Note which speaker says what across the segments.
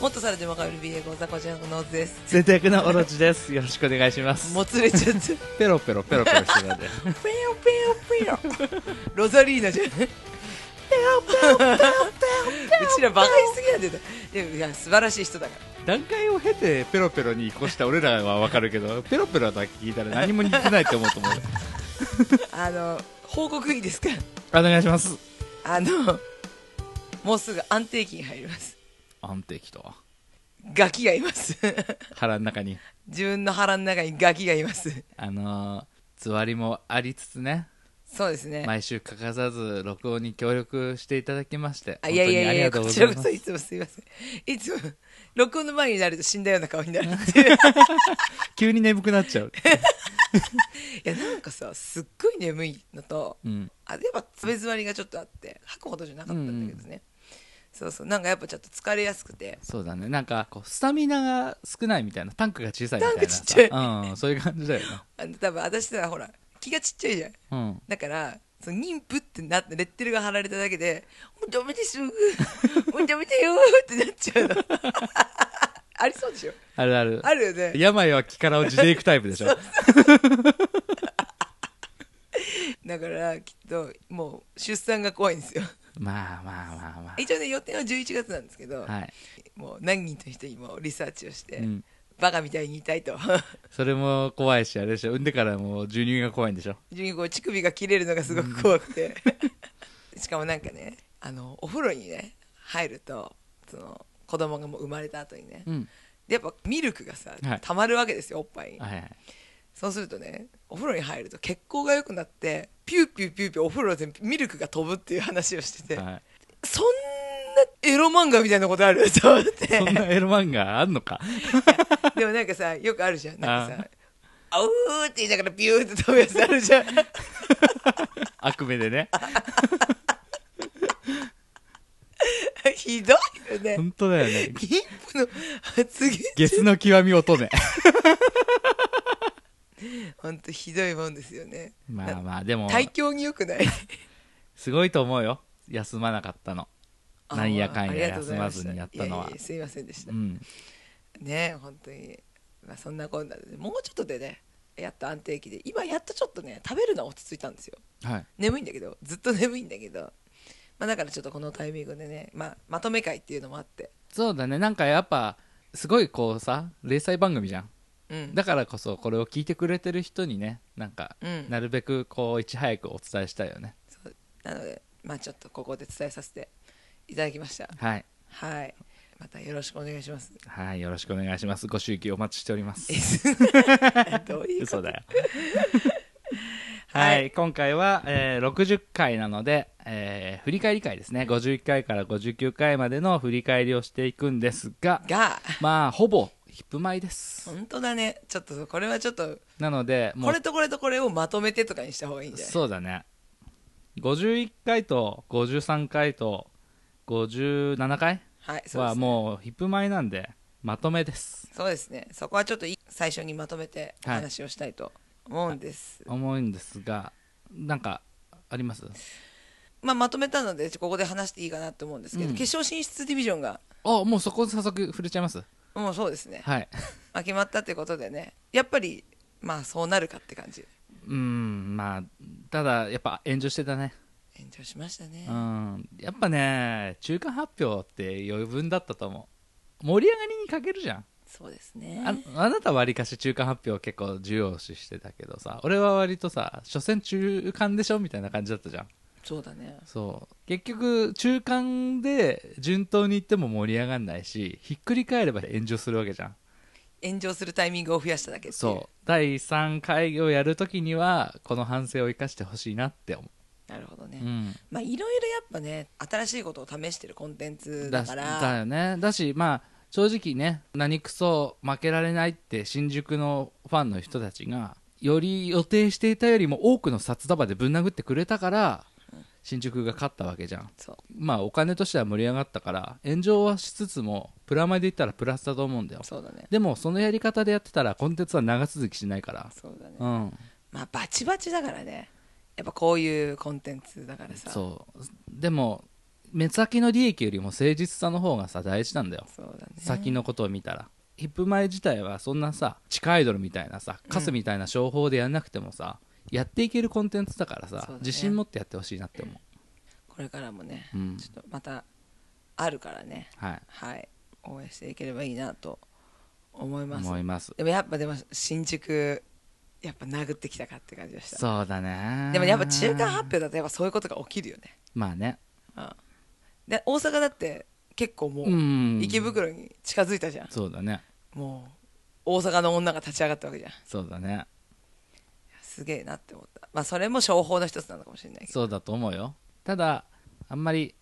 Speaker 1: もっとさらにわかる BA 講座こちらのノーズです
Speaker 2: 絶役のオロチです。よろしくお願いします。
Speaker 1: もつれちゃって
Speaker 2: ペロペロペロペロしてたんで。
Speaker 1: ペヨペヨペヨロザリーナじゃんペヨペヨペヨペヨうちらバカ言いすぎなんだよでもいや素晴らしい人だから
Speaker 2: 段階を経てペロペロに移行した俺らはわかるけど、ペロペロだけ聞いたら何も似てないと思うと思う。
Speaker 1: あの報告いいですか
Speaker 2: お願いします。
Speaker 1: あのもうすぐ安定期に入ります
Speaker 2: 安定期とは。
Speaker 1: ガキがいます
Speaker 2: 腹の中に。
Speaker 1: 自分の腹の中にガキがいます
Speaker 2: あのー、つわりもありつつね、
Speaker 1: そうですね、
Speaker 2: 毎週欠かさず録音に協力していただきまして、
Speaker 1: あいやいやいや
Speaker 2: 本当
Speaker 1: こ
Speaker 2: にあり
Speaker 1: ち
Speaker 2: が
Speaker 1: ら
Speaker 2: と
Speaker 1: こそ
Speaker 2: うござい
Speaker 1: いつもすいませんいつも録音の前になると死んだような顔になるっていうい
Speaker 2: ます。急に眠くなっちゃう。
Speaker 1: やなんかさすっごい眠いのと
Speaker 2: うん。
Speaker 1: あやっぱ爪詰まりがちょっとあって吐くほどじゃなかったんだけどね、そうそうなんかやっぱちょっと疲れやすくて
Speaker 2: そうだね。なんか、こう、スタミナが少ないみたいな、タンクが小さいみたいな。
Speaker 1: タンクちっち
Speaker 2: ゃい。うん、そういう感じだよな。
Speaker 1: あの多分私さほら気がちっちゃいじゃん
Speaker 2: うん。
Speaker 1: だからその妊婦ってなってレッテルが貼られただけで「もうダメですもうダメだよ」ってなっちゃうの ありそうでしょ
Speaker 2: あるある。
Speaker 1: あるよね
Speaker 2: 病は気からを地でいくタイプでしょ。
Speaker 1: だからきっともう出産が怖いんですよ
Speaker 2: まあまあまあま
Speaker 1: 一応ね予定は11月なんですけど、
Speaker 2: あ。はい。
Speaker 1: もう何人という人にもリサーチをして、
Speaker 2: うん。
Speaker 1: バカみたいに言いたいと
Speaker 2: それも怖いし、あれでしょ。産んでからもう授乳が怖いんでしょ。
Speaker 1: 順にこう乳首が切れるのがすごく怖くてしかもなんかねあのお風呂にね入るとその子供がもう生まれた後にね、
Speaker 2: うん。
Speaker 1: でやっぱミルクがさ、
Speaker 2: はい
Speaker 1: 溜まるわけですよおっぱいに、
Speaker 2: はいはい。
Speaker 1: そうするとねお風呂に入ると血行が良くなってピューピューピューピューお風呂でミルクが飛ぶっていう話をしてて、
Speaker 2: はい
Speaker 1: そんなエロ漫画みたいなことあると思って
Speaker 2: そんなエロ漫画あんのか。
Speaker 1: でもなんかさよくあるじゃんなんかさ「あうー」って言いながらビューって飛ぶやつあるじゃん
Speaker 2: 悪夢でね。
Speaker 1: ひどいよね
Speaker 2: 本当だよね。
Speaker 1: 妊婦の発言
Speaker 2: ゲスの極み乙 女。
Speaker 1: ほんとひどいもんですよね
Speaker 2: まあまあ、でも、
Speaker 1: 体調に良くない
Speaker 2: すごいと思うよ。休まなかったの。
Speaker 1: あ
Speaker 2: なんやかんや
Speaker 1: ありがとうございました
Speaker 2: 休まずにやったのはい
Speaker 1: いいすいませんでした、
Speaker 2: うん。
Speaker 1: ね本当にまあそんなこんなでもうちょっとでねやっと安定期で今やっとちょっとね食べるのは落ち着いたんですよ
Speaker 2: はい。
Speaker 1: 眠いんだけどずっと眠いんだけどまあだからちょっとこのタイミングでね、まあ、まとめ会っていうのもあって
Speaker 2: そうだね。なんかやっぱ、すごいこうさ、零細番組じゃん。
Speaker 1: うん
Speaker 2: だからこそ、これを聞いてくれてる人にね、なんか、
Speaker 1: うん
Speaker 2: なるべくこう、いち早くお伝えしたいよね。
Speaker 1: そうなのでまあちょっとここで伝えさせていただきました
Speaker 2: はい。
Speaker 1: はいまたよろしくお願いし ます
Speaker 2: はい、よろしくお願いします。ご祝儀お待ちしております。
Speaker 1: どういうこと
Speaker 2: 嘘だよ。 はい、今回は、えー60回なので、えー振り返り会ですね。51回から59回までの振り返りをしていくんですが、
Speaker 1: が
Speaker 2: まあ、ほぼ、ヒップマイです。
Speaker 1: 本当だねちょっとこれはちょっと
Speaker 2: なので、も
Speaker 1: こ
Speaker 2: う
Speaker 1: れ、とこれとこれをまとめてとかにした方がいいんじゃない
Speaker 2: そうだね。51回と53回と57回
Speaker 1: はいそうで
Speaker 2: は
Speaker 1: すね
Speaker 2: もう、ヒップマイなんで、まとめです。
Speaker 1: そうですねそこはちょっとい最初にまとめてお話をしたいと思うんです、
Speaker 2: 思うんですが、なんか、あります
Speaker 1: まあ、まとめたのでここで話していいかなと思うんですけど、
Speaker 2: うん
Speaker 1: 決勝進出ディビジョンが
Speaker 2: あ、もうそこ早速触れちゃいます
Speaker 1: もうそうですね、
Speaker 2: はい。
Speaker 1: まあ、決まったということでねやっぱりまあそうなるかって感じ
Speaker 2: うん、まあ、ただ、やっぱ炎上してたね。
Speaker 1: 炎上しましたね、
Speaker 2: うん。やっぱね、中間発表って余分だったと思う。盛り上がりに欠けるじゃん。
Speaker 1: そうですね
Speaker 2: ああなたはわりかし中間発表結構重要視してたけどさ、俺は割とさ、所詮中間でしょみたいな感じだったじゃん。
Speaker 1: そうだね
Speaker 2: そう。結局、中間で順当にいっても盛り上がんないし、ひっくり返れば炎上するわけじゃん。
Speaker 1: 炎上するタイミングを増やしただけっていう
Speaker 2: そう。第3回をやるときには、この反省を生かしてほしいなって思
Speaker 1: なるほどね、
Speaker 2: う。うん。
Speaker 1: まあいろいろやっぱね新しいことを試してるコンテンツだから
Speaker 2: だよねだしまあ正直ね何くそ負けられないって新宿のファンの人たちがより予定していたよりも多くの札束でぶん殴ってくれたから新宿が勝ったわけじゃん
Speaker 1: そう
Speaker 2: まあお金としては盛り上がったから炎上はしつつもプラマイで言ったらプラスだと思うんだよ
Speaker 1: そうだね
Speaker 2: でもそのやり方でやってたらコンテンツは長続きしないから
Speaker 1: そうだね、
Speaker 2: うん
Speaker 1: まあバチバチだからねやっぱこういうコンテンツだからさ
Speaker 2: そうでも目先の利益よりも誠実さの方がさ大事なんだよ
Speaker 1: そうだね
Speaker 2: 先のことを見たらヒップマイ自体はそんなさ地下アイドルみたいなさカスみたいな商法でやんなくてもさ、やっていけるコンテンツだからさ、
Speaker 1: そうだね
Speaker 2: 自信持ってやってほしいなって思
Speaker 1: これからもね、
Speaker 2: う、うん
Speaker 1: ちょっとまたあるからね
Speaker 2: はい、
Speaker 1: はい応援していければいいなと思います
Speaker 2: 思います
Speaker 1: でもやっぱでも新宿やっぱ殴ってきたかって感じでした
Speaker 2: そうだね
Speaker 1: でもやっぱ中間発表だとやっぱそういうことが起きるよね、
Speaker 2: まあね
Speaker 1: うん、で大阪だって結構も
Speaker 2: う
Speaker 1: うん池袋に近づいたじゃん、
Speaker 2: そうだね
Speaker 1: もう大阪の女が立ち上がったわけじゃん
Speaker 2: そうだね
Speaker 1: すげえなって思ったまあそれも商法の一つなのかもしれないけど
Speaker 2: そうだと思うよただあんまり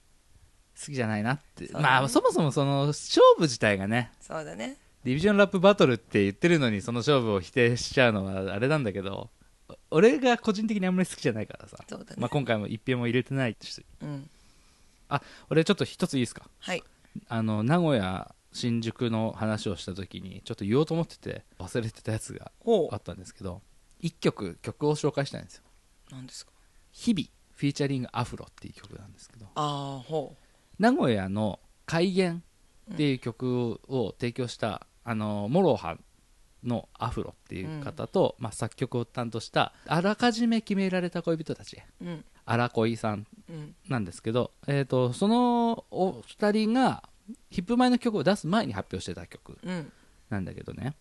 Speaker 2: 好きじゃないなって、
Speaker 1: そうだね
Speaker 2: まあそもそもその勝負自体がね
Speaker 1: そうだね
Speaker 2: ディビジョンラップバトルって言ってるのにその勝負を否定しちゃうのはあれなんだけどお俺が個人的にあんまり好きじゃないからさ、
Speaker 1: そうだね、
Speaker 2: まあ、今回も一票も入れてないし
Speaker 1: うん
Speaker 2: 俺ちょっと一ついいですか
Speaker 1: はい
Speaker 2: あの名古屋新宿の話をした時にちょっと言おうと思ってて忘れてたやつが
Speaker 1: ほ
Speaker 2: あったんですけど1曲曲を紹介したいんですよ
Speaker 1: うなんですか
Speaker 2: 「日々」フィーチャリングアフロっていう曲なんですけど
Speaker 1: ああほ
Speaker 2: 名古屋の「改元」っていう曲を提供した、あのモロハのアフロっていう方と、まあ、作曲を担当したあらかじめ決められた恋人たち
Speaker 1: ううん
Speaker 2: 荒恋さん
Speaker 1: うん
Speaker 2: なんですけど、えー、とそのお二人がヒップ前の曲を出す前に発表してた曲
Speaker 1: うん
Speaker 2: なんだけどね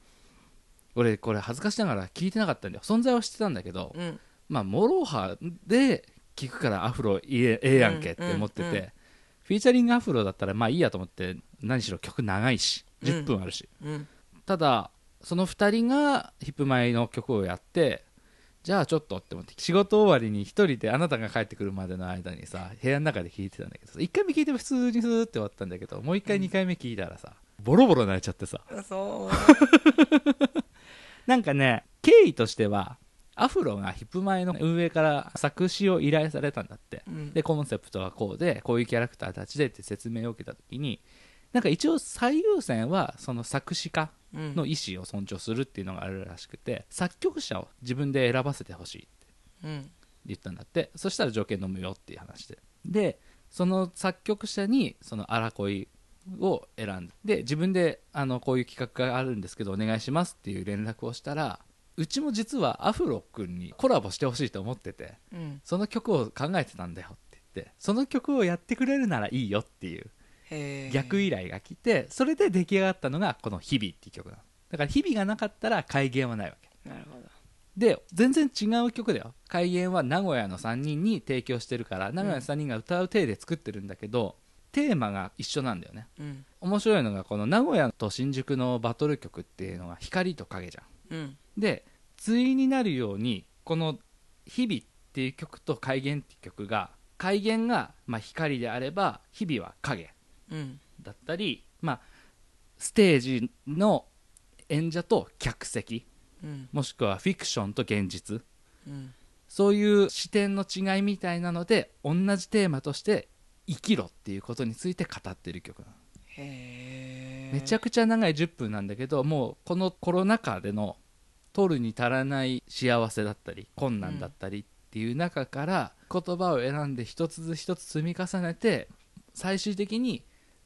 Speaker 2: 俺これ恥ずかしながら聞いてなかったんだよ存在は知ってたんだけど、
Speaker 1: うん
Speaker 2: まあ、モロハで聞くからアフロいいえええやんけって思ってて、
Speaker 1: うんうんうん
Speaker 2: フィーチャリングアフロだったらまあいいやと思って何しろ曲長いし
Speaker 1: うん
Speaker 2: 10分あるし、
Speaker 1: うん
Speaker 2: ただその2人がヒップマイの曲をやってじゃあちょっとって思って仕事終わりに1人であなたが帰ってくるまでの間にさ部屋の中で聴いてたんだけどさ1回目聴いても普通にスーって終わったんだけどもう1回2回目聴いたらさボロボロ泣いちゃってさ
Speaker 1: そう
Speaker 2: なんかね経緯としてはアフロがヒップマイの運営から作詞を依頼されたんだって、
Speaker 1: うん
Speaker 2: でコンセプトはこうでこういうキャラクターたちでって説明を受けた時になんか一応最優先はその作詞家
Speaker 1: うん
Speaker 2: の意思を尊重するっていうのがあるらしくて作曲者を自分で選ばせてほしいっ
Speaker 1: う
Speaker 2: て
Speaker 1: ん
Speaker 2: 言ったんだってそしたら条件飲むよっていう話ででその作曲者にその荒恋を選んでで自分であのこういう企画があるんですけどお願いしますっていう連絡をしたらうちも実はアフロ君にコラボしてほしいと思ってて
Speaker 1: うん
Speaker 2: その曲を考えてたんだよって言ってその曲をやってくれるならいいよっていう
Speaker 1: へえ
Speaker 2: 逆依頼が来てそれで出来上がったのがこの「日々」っていう曲なのだから「日々」がなかったら改元はないわけ
Speaker 1: なるほど
Speaker 2: で全然違う曲だよ開演は名古屋の3人に提供してるから名古屋の3人が歌う体で作ってるんだけど、テーマが一緒なんだよね
Speaker 1: うん
Speaker 2: 面白いのがこの名古屋と新宿のバトル曲っていうのが光と影じゃ
Speaker 1: うん
Speaker 2: んで対になるようにこの「日々」っていう曲と「開元」っていう曲が開元がまあ光であれば日々は影
Speaker 1: うん
Speaker 2: だったり、まあ、ステージの演者と客席
Speaker 1: うん
Speaker 2: もしくはフィクションと現実
Speaker 1: うん
Speaker 2: そういう視点の違いみたいなので同じテーマとして生きろっていうことについて語ってる曲なの
Speaker 1: へえ
Speaker 2: めちゃくちゃ長い10分なんだけどもうこのコロナ禍での取るに足らない幸せだったり困難だったりっていう中から言葉を選んで一つずつ一つ積み重ねて最終的に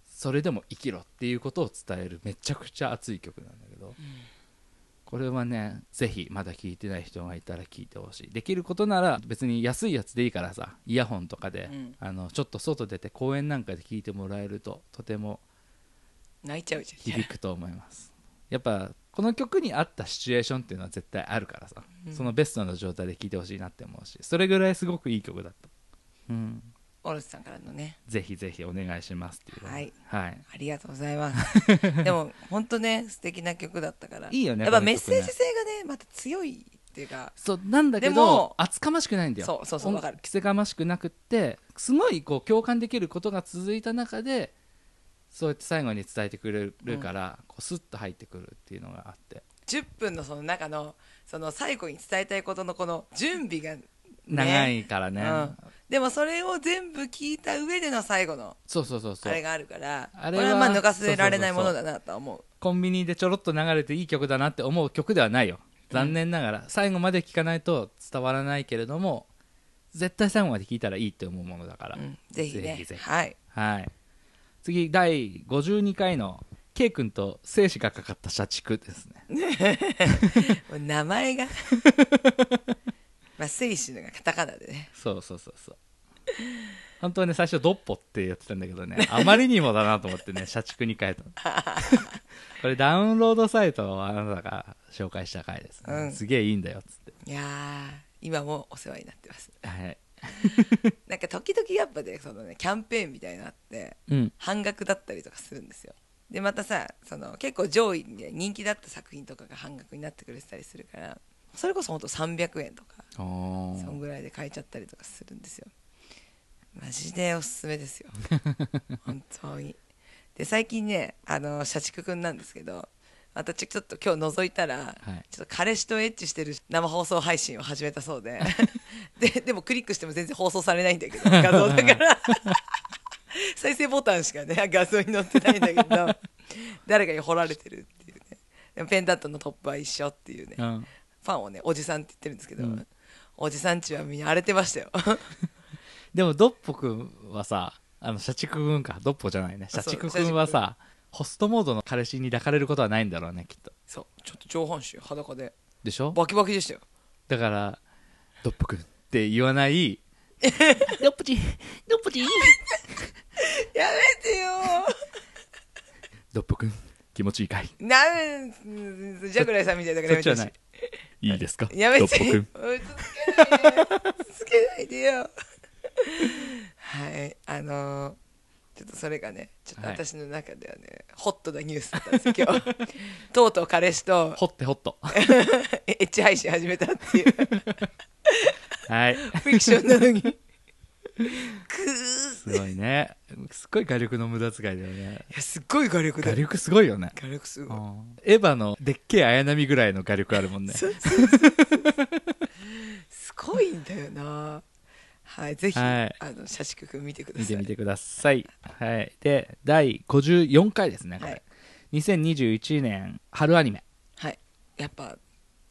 Speaker 2: それでも生きろっていうことを伝えるめちゃくちゃ熱い曲なんだけど、これはねぜひまだ聴いてない人がいたら聴いてほしいできることなら別に安いやつでいいからさイヤホンとかで、
Speaker 1: うん
Speaker 2: あのちょっと外出て公園なんかで聴いてもらえるととても
Speaker 1: 泣いちゃうじゃん
Speaker 2: 響くと思いますやっぱこの曲に合ったシチュエーションっていうのは絶対あるからさ、
Speaker 1: うん
Speaker 2: そのベストの状態で聴いてほしいなって思うしそれぐらいすごくいい曲だったうん
Speaker 1: オルスさんからのね
Speaker 2: ぜひぜひお願いしますっていう
Speaker 1: はい、
Speaker 2: はい、
Speaker 1: ありがとうございます でも本当ね素敵な曲だったから
Speaker 2: いいよね
Speaker 1: やっぱ
Speaker 2: この
Speaker 1: メッ
Speaker 2: 曲
Speaker 1: セ
Speaker 2: ね
Speaker 1: ージ性がねまた強いっていうか
Speaker 2: そうなんだけ
Speaker 1: で
Speaker 2: ど
Speaker 1: も
Speaker 2: 厚かましくないんだよ
Speaker 1: そうそうそう
Speaker 2: お
Speaker 1: わかる
Speaker 2: 着せがましくなくってすごいこう共感できることが続いた中でそうやって最後に伝えてくれるから、こうスッと入ってくるっていうのがあって
Speaker 1: 10分のその中のその最後に伝えたいことのこの準備が、ね、
Speaker 2: 長いからね
Speaker 1: うん、でもそれを全部聞いた上での最後の
Speaker 2: そうそうそうそ
Speaker 1: あれ
Speaker 2: う
Speaker 1: があるから
Speaker 2: あ
Speaker 1: あ
Speaker 2: れ
Speaker 1: れ
Speaker 2: は
Speaker 1: はまあ抜かせられないものだなとは思う
Speaker 2: コンビニでちょろっと流れていい曲だなって思う曲ではないよ残念ながら、最後まで聴かないと伝わらないけれども絶対最後まで聞いたらいいって思うものだから、
Speaker 1: うん、ぜひね
Speaker 2: ぜひぜひ
Speaker 1: はい
Speaker 2: はい次第52回の K 君と生死がかかった社畜ですね
Speaker 1: もう名前がまあ精神のがカタカナでね
Speaker 2: そうそうそうそう本当はね最初ドッポってやってたんだけどねあまりにもだなと思っ てね社畜に変えたこれダウンロードサイトをあなたが紹介した回ですね、
Speaker 1: うん
Speaker 2: すげえいいんだよっつって
Speaker 1: いやー今もお世話になってます
Speaker 2: はい
Speaker 1: なんか時々やっぱねそのねキャンペーンみたいなのあって
Speaker 2: うん
Speaker 1: 半額だったりとかするんですよでまたさその結構上位で人気だった作品とかが半額になってくれてたりするからそれこそほんと300円とか
Speaker 2: お
Speaker 1: そん
Speaker 2: ー
Speaker 1: ぐらいで買えちゃったりとかするんですよマジでおすすめ ですよ本当にで最近ねあの社畜くんなんですけど私ちょっと今日覗いたら、
Speaker 2: はい
Speaker 1: ちょっと彼氏とエッチしてる生放送配信を始めたそう でででもクリックしても全然放送されないんだけど 画像だから再生ボタンしかね画像に載ってないんだけ ど誰かに掘られてるっていうねでもペンダントのトップは一緒っていうね、
Speaker 2: うん
Speaker 1: ファンをねおじさんって言ってるんですけど、
Speaker 2: うん
Speaker 1: おじさんちはみんな荒れてましたよ
Speaker 2: でもドッポくんはさあの社畜くんかドッポじゃないね
Speaker 1: そう
Speaker 2: 社畜くんはさホストモードの彼氏に抱かれることはないんだろうねきっと
Speaker 1: そうちょっと上半身裸で
Speaker 2: でしょ
Speaker 1: バキバキでしたよ
Speaker 2: だからドッポくんって言わない ドッポチドッポチ
Speaker 1: やめてよ
Speaker 2: ドッポくん気持ちいいかい
Speaker 1: なんジャグラーさんみたいだからやめ
Speaker 2: そっち
Speaker 1: て
Speaker 2: は
Speaker 1: ほし
Speaker 2: ない
Speaker 1: い
Speaker 2: いいですか
Speaker 1: やめて
Speaker 2: ドッポくん
Speaker 1: うん続けないで続けないでよはいあのーちょっとそれがねちょっと
Speaker 2: はい
Speaker 1: 私の中ではね、ホットなニュースだったんですよ今日 とうとう彼氏と
Speaker 2: ほってほっと
Speaker 1: エッチ配信始めたっていう
Speaker 2: はい
Speaker 1: フィクションなの にくー
Speaker 2: すごいねすっごい画力の無駄遣いだよね
Speaker 1: いやすっごい画力だ
Speaker 2: 画
Speaker 1: よ
Speaker 2: 力すごいよね
Speaker 1: 画力す
Speaker 2: う
Speaker 1: ごい
Speaker 2: んエヴァのでっけえ綾波ぐらいの画力あるもんね
Speaker 1: そうそうそうすごいんだよなはいぜひ、
Speaker 2: はい
Speaker 1: あの社畜くん見てくだ
Speaker 2: 見
Speaker 1: さい
Speaker 2: てみてください。はい、で第54回ですねこれ、
Speaker 1: はい
Speaker 2: 2021年春アニメ
Speaker 1: はいやっぱ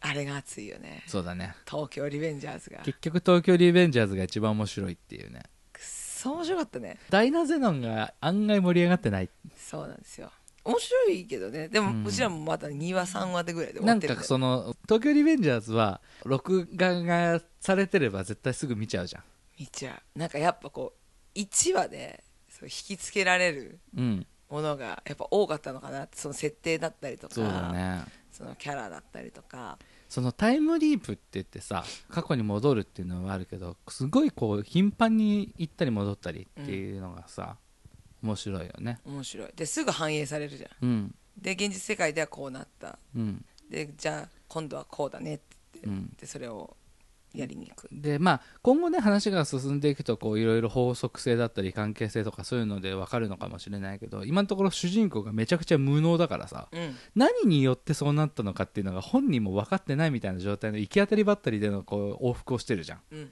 Speaker 1: あれが熱いよね
Speaker 2: そうだね
Speaker 1: 東京リベンジャーズがくっ
Speaker 2: 結局東京リベンジャーズが一番面白いっていうね
Speaker 1: そ面白かったね
Speaker 2: ダイナゼノンが案外盛り上がってない
Speaker 1: そうなんですよ面白いけどねでも、
Speaker 2: う
Speaker 1: うんちらもまだ2話3話でぐらいで終
Speaker 2: な
Speaker 1: わっ
Speaker 2: ん
Speaker 1: てる
Speaker 2: かその東京リベンジャーズは録画がされてれば絶対すぐ見ちゃうじゃ
Speaker 1: 見ちゃうなんかやっぱこう1話でそう引きつけられる
Speaker 2: んうん
Speaker 1: ものがやっぱ多かったのかなってその設定だったりとか
Speaker 2: そうだね
Speaker 1: そのキャラだったりとか
Speaker 2: そのタイムリープって言ってさ過去に戻るっていうのはあるけどすごいこう頻繁に行ったり戻ったりっていうのがさ、面白いよね
Speaker 1: 面白いですぐ反映されるじゃん
Speaker 2: うん
Speaker 1: で現実世界ではこうなった
Speaker 2: うん
Speaker 1: でじゃあ今度はこうだねって言って、
Speaker 2: うん
Speaker 1: でそれをやりに行く
Speaker 2: でまあ、今後ね話が進んでいくとこういろいろ法則性だったり関係性とかそういうので分かるのかもしれないけど今のところ主人公がめちゃくちゃ無能だからさ
Speaker 1: うん
Speaker 2: 何によってそうなったのかっていうのが本人も分かってないみたいな状態の行き当たりばったりでのこう往復をしてるじゃん
Speaker 1: うん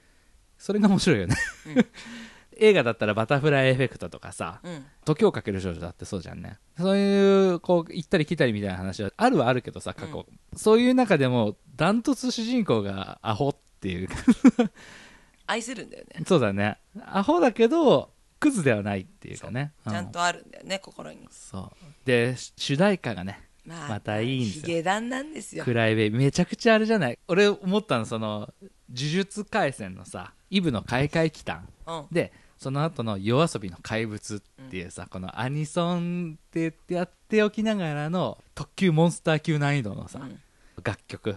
Speaker 2: それが面白いよね、
Speaker 1: うん
Speaker 2: 映画だったら「バタフライエフェクト」とかさ
Speaker 1: うん
Speaker 2: 「時をかける少女」だってそうじゃんねそういうこう行ったり来たりみたいな話はあるはあるけどさ過去、そういう中でもダントツ主人公がアホっていう
Speaker 1: 愛するんだよね
Speaker 2: そうだねアホだけどクズではないっていうかねう
Speaker 1: ちゃんとあるんだよね心に
Speaker 2: そうでし主題歌がね
Speaker 1: ま
Speaker 2: またいいんですよ
Speaker 1: ヒゲダンなんです
Speaker 2: 「
Speaker 1: よ
Speaker 2: クライベイビー」めちゃくちゃあれじゃない俺思ったのその「呪術廻戦」のさ「イブの開会期間
Speaker 1: うん」
Speaker 2: でその後の「夜遊びの怪物」っていうさ、このアニソンって言ってやっておきながらの特急モンスター級難易度のさ、
Speaker 1: うん
Speaker 2: 楽曲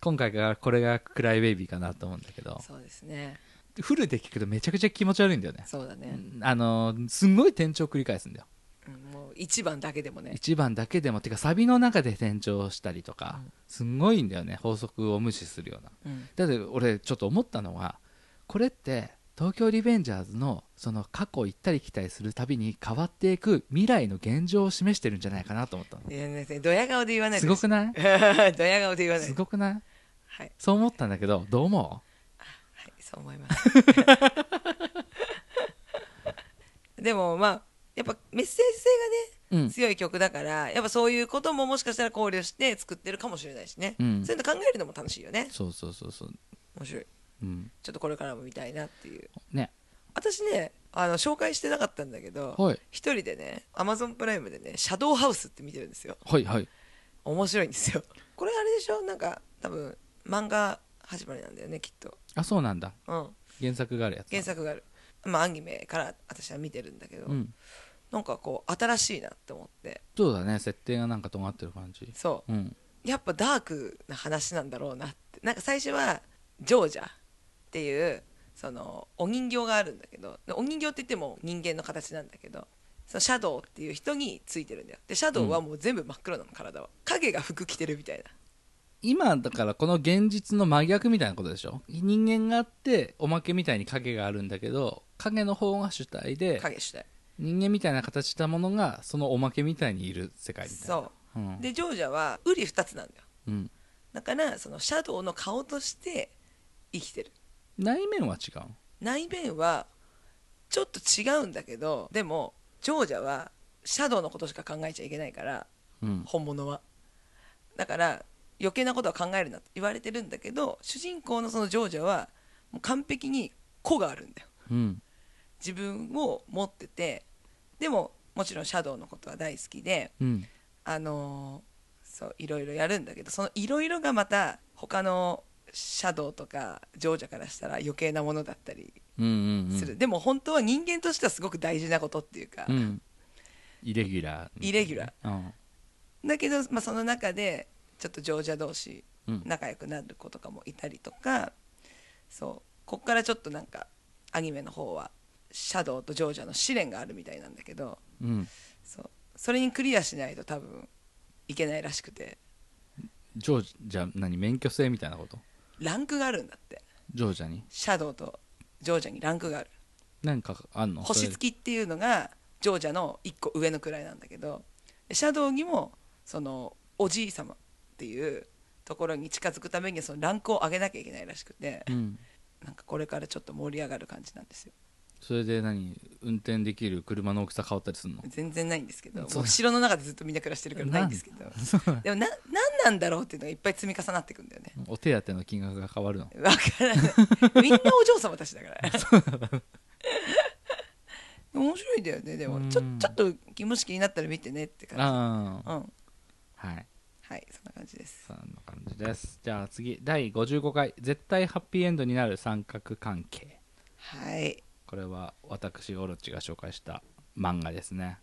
Speaker 2: 今回がこれが「クライベイビー」かなと思うんだけど
Speaker 1: そうですね
Speaker 2: フルで聴くとめちゃくちゃ気持ち悪いんだよね
Speaker 1: そうだね、
Speaker 2: あのすんごい転調を繰り返すんだよ
Speaker 1: うんもう1番だけでもね
Speaker 2: 1番だけでもてかサビの中で転調したりとか、
Speaker 1: うん
Speaker 2: すんごいんだよね法則を無視するような
Speaker 1: うん
Speaker 2: だって俺ちょっと思ったのはこれって東京リベンジャーズのその過去行ったり来たりするたびに変わっていく未来の現状を示してるんじゃないかなと思ったの
Speaker 1: いやねドヤ顔で言わない
Speaker 2: す
Speaker 1: で
Speaker 2: ごくない
Speaker 1: ドヤ顔で言わない
Speaker 2: すごくない
Speaker 1: はい
Speaker 2: そう思ったんだけどどう思
Speaker 1: はい、そう思い ます。でもまあやっぱメッセージ性が
Speaker 2: うう
Speaker 1: ね
Speaker 2: ん
Speaker 1: 強い曲だからやっぱそういうことももしかしたら考慮して作ってるかもしれないしね、
Speaker 2: うん
Speaker 1: そういうの考えるのも楽しいよね
Speaker 2: そうそうそうそう
Speaker 1: 面白い
Speaker 2: うん
Speaker 1: ちょっとこれからも見たいなっていう
Speaker 2: ね
Speaker 1: 私ねあの紹介してなかったんだけど
Speaker 2: はい
Speaker 1: 一人でねアマゾンプライムでね「シャドウハウス」って見てるんですよ
Speaker 2: はいはい
Speaker 1: 面白いんですよこれあれでしょなんか多分漫画始まりなんだよねきっと
Speaker 2: あそうなんだ
Speaker 1: うん
Speaker 2: 原作があるやつだ
Speaker 1: 原作があるまあアニメから私は見てるんだけど、
Speaker 2: うん
Speaker 1: なんかこう新しいなって思って
Speaker 2: そうだね設定がなんか尖ってる感じ
Speaker 1: そう
Speaker 2: うん
Speaker 1: やっぱダークな話なんだろうなってなんか最初はジョージャっていうそのお人形があるんだけどでお人形って言っても人間の形なんだけどそのシャドウっていう人についてるんだよでシャドウはもう全部真っ黒なの体は影が服着てるみたいな
Speaker 2: 今だからこの現実の真逆みたいなことでしょ人間があっておまけみたいに影があるんだけど影の方が主体で
Speaker 1: 影主体
Speaker 2: 人間みたいな形したものがそのおまけみたいにいる世界みたいな
Speaker 1: そううんでジョージャは瓜二つなんだよ
Speaker 2: うん、
Speaker 1: だからそのシャドウの顔として生きてる
Speaker 2: 内面は違う
Speaker 1: 内面はちょっと違うんだけどでもジョージャはシャドウのことしか考えちゃいけないから
Speaker 2: うん
Speaker 1: 本物はだから余計なことは考えるなって言われてるんだけど主人公のそのジョージャはもう完璧に個があるんだよ
Speaker 2: うん
Speaker 1: 自分を持っててでももちろんシャドウのことは大好きで
Speaker 2: うん
Speaker 1: あのーそういろいろやるんだけどそのいろいろがまた他のシャドウとかジョージャからしたら余計なものだったり
Speaker 2: うんうん
Speaker 1: する、でも本当は人間としてはすごく大事なことっていうか、
Speaker 2: うん、うん、イレギュラー
Speaker 1: イレギュラ
Speaker 2: ーうん
Speaker 1: だけど、まあ、その中でちょっとジョージャ同士
Speaker 2: うん
Speaker 1: 仲良くなる子とかもいたりとかそうこっからちょっとなんかアニメの方はシャドウとジョージャの試練があるみたいなんだけど
Speaker 2: うん
Speaker 1: そうそれにクリアしないと多分いけないらしくて
Speaker 2: ジョージじゃあ何免許制みたいなこと
Speaker 1: ランクがあるんだって
Speaker 2: ジョージャに
Speaker 1: シャドウとジョージャにランクがある
Speaker 2: 何かあんの
Speaker 1: 星
Speaker 2: それ
Speaker 1: 付きっていうのがジョージャの1個上の位なんだけどシャドウにもそのおじい様っていうところに近づくためにはそのランクを上げなきゃいけないらしくて
Speaker 2: うん、
Speaker 1: なんかこれからちょっと盛り上がる感じなんですよ
Speaker 2: それで何運転できる車の大きさ変わったりするの
Speaker 1: 全然ないんですけど
Speaker 2: そう
Speaker 1: もう城の中でずっとみんな暮らしてるからないんですけど
Speaker 2: そう
Speaker 1: でもな何なんだろうっていうのがいっぱい積み重なっていくんだよね
Speaker 2: お手当の金額が変わるの
Speaker 1: 分からないみんなお嬢様たちだから面白いんだよねで
Speaker 2: う
Speaker 1: も
Speaker 2: ん
Speaker 1: ちょちょっと気もし気になったら見てねって感
Speaker 2: あ
Speaker 1: じ
Speaker 2: あ
Speaker 1: うん
Speaker 2: はい
Speaker 1: はい、そんな感じです。
Speaker 2: そんな感じですじゃあ次第55回絶対ハッピーエンドになる三角関係
Speaker 1: はい、
Speaker 2: これは私オロチが紹介した漫画ですね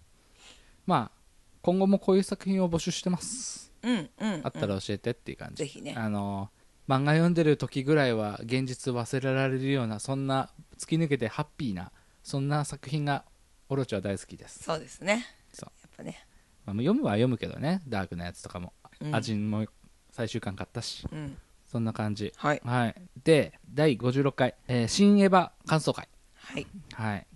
Speaker 2: まあ今後もこういう作品を募集してます
Speaker 1: うん、うん、
Speaker 2: あった
Speaker 1: うん
Speaker 2: ら教えてっていう感じ、
Speaker 1: ぜひね
Speaker 2: あの漫画読んでる時ぐらいは現実忘れられるようなそんな突き抜けてハッピーなそんな作品がオロチは大好きです
Speaker 1: そうですね。
Speaker 2: そう
Speaker 1: やっぱね、
Speaker 2: まあ、読むは読むけどねダークなやつとかも、
Speaker 1: うん
Speaker 2: アジンも最終巻買ったし
Speaker 1: うん、
Speaker 2: そんな感じ
Speaker 1: はい、
Speaker 2: はいで第56回、えー新エヴァ感想会
Speaker 1: はい、
Speaker 2: はい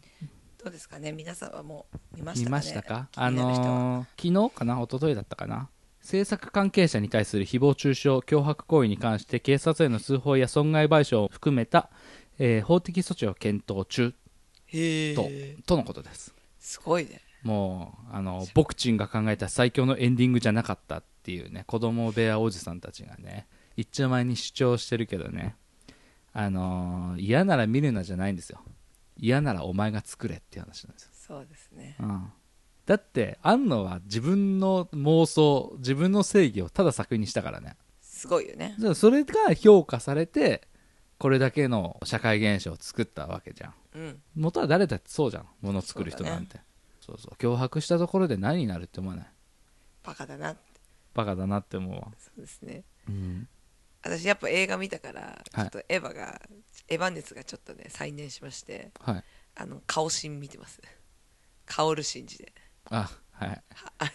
Speaker 1: どうですかね、皆さんはもう見ました
Speaker 2: 見
Speaker 1: か、ね。
Speaker 2: ましたか
Speaker 1: 気になる人は
Speaker 2: あのー昨日かな一昨日だったかな制作関係者に対する誹謗中傷脅迫行為に関して警察への通報や損害賠償を含めた、えー法的措置を検討中
Speaker 1: へ
Speaker 2: と
Speaker 1: え、
Speaker 2: とのことです
Speaker 1: すごいね。
Speaker 2: もうあのボクチンが考えた最強のエンディングじゃなかったっていうね子供部屋おじさんたちがね一丁前に主張してるけどねあのー嫌なら見るなじゃないんですよ嫌ならお前が作れっていう話なんですよ
Speaker 1: そうですね。
Speaker 2: うんだって庵野は自分の妄想自分の正義をただ作品にしたからね
Speaker 1: すごいよね。
Speaker 2: じゃあそれが評価されてこれだけの社会現象を作ったわけじゃん
Speaker 1: うん、
Speaker 2: 元は誰だってそうじゃん物を作る人なんてそう,、そう脅迫したところで何になるって思わない
Speaker 1: バカだな。
Speaker 2: バカだなって思うわ、
Speaker 1: そうですね。
Speaker 2: うん、
Speaker 1: 私やっぱ映画見たから、ち
Speaker 2: は
Speaker 1: ょ
Speaker 2: い
Speaker 1: っとエヴァが、エヴァ熱がちょっとね、再燃しまして。
Speaker 2: はい
Speaker 1: あの、顔シーン見てます。薫る信じで。
Speaker 2: あはい
Speaker 1: はあ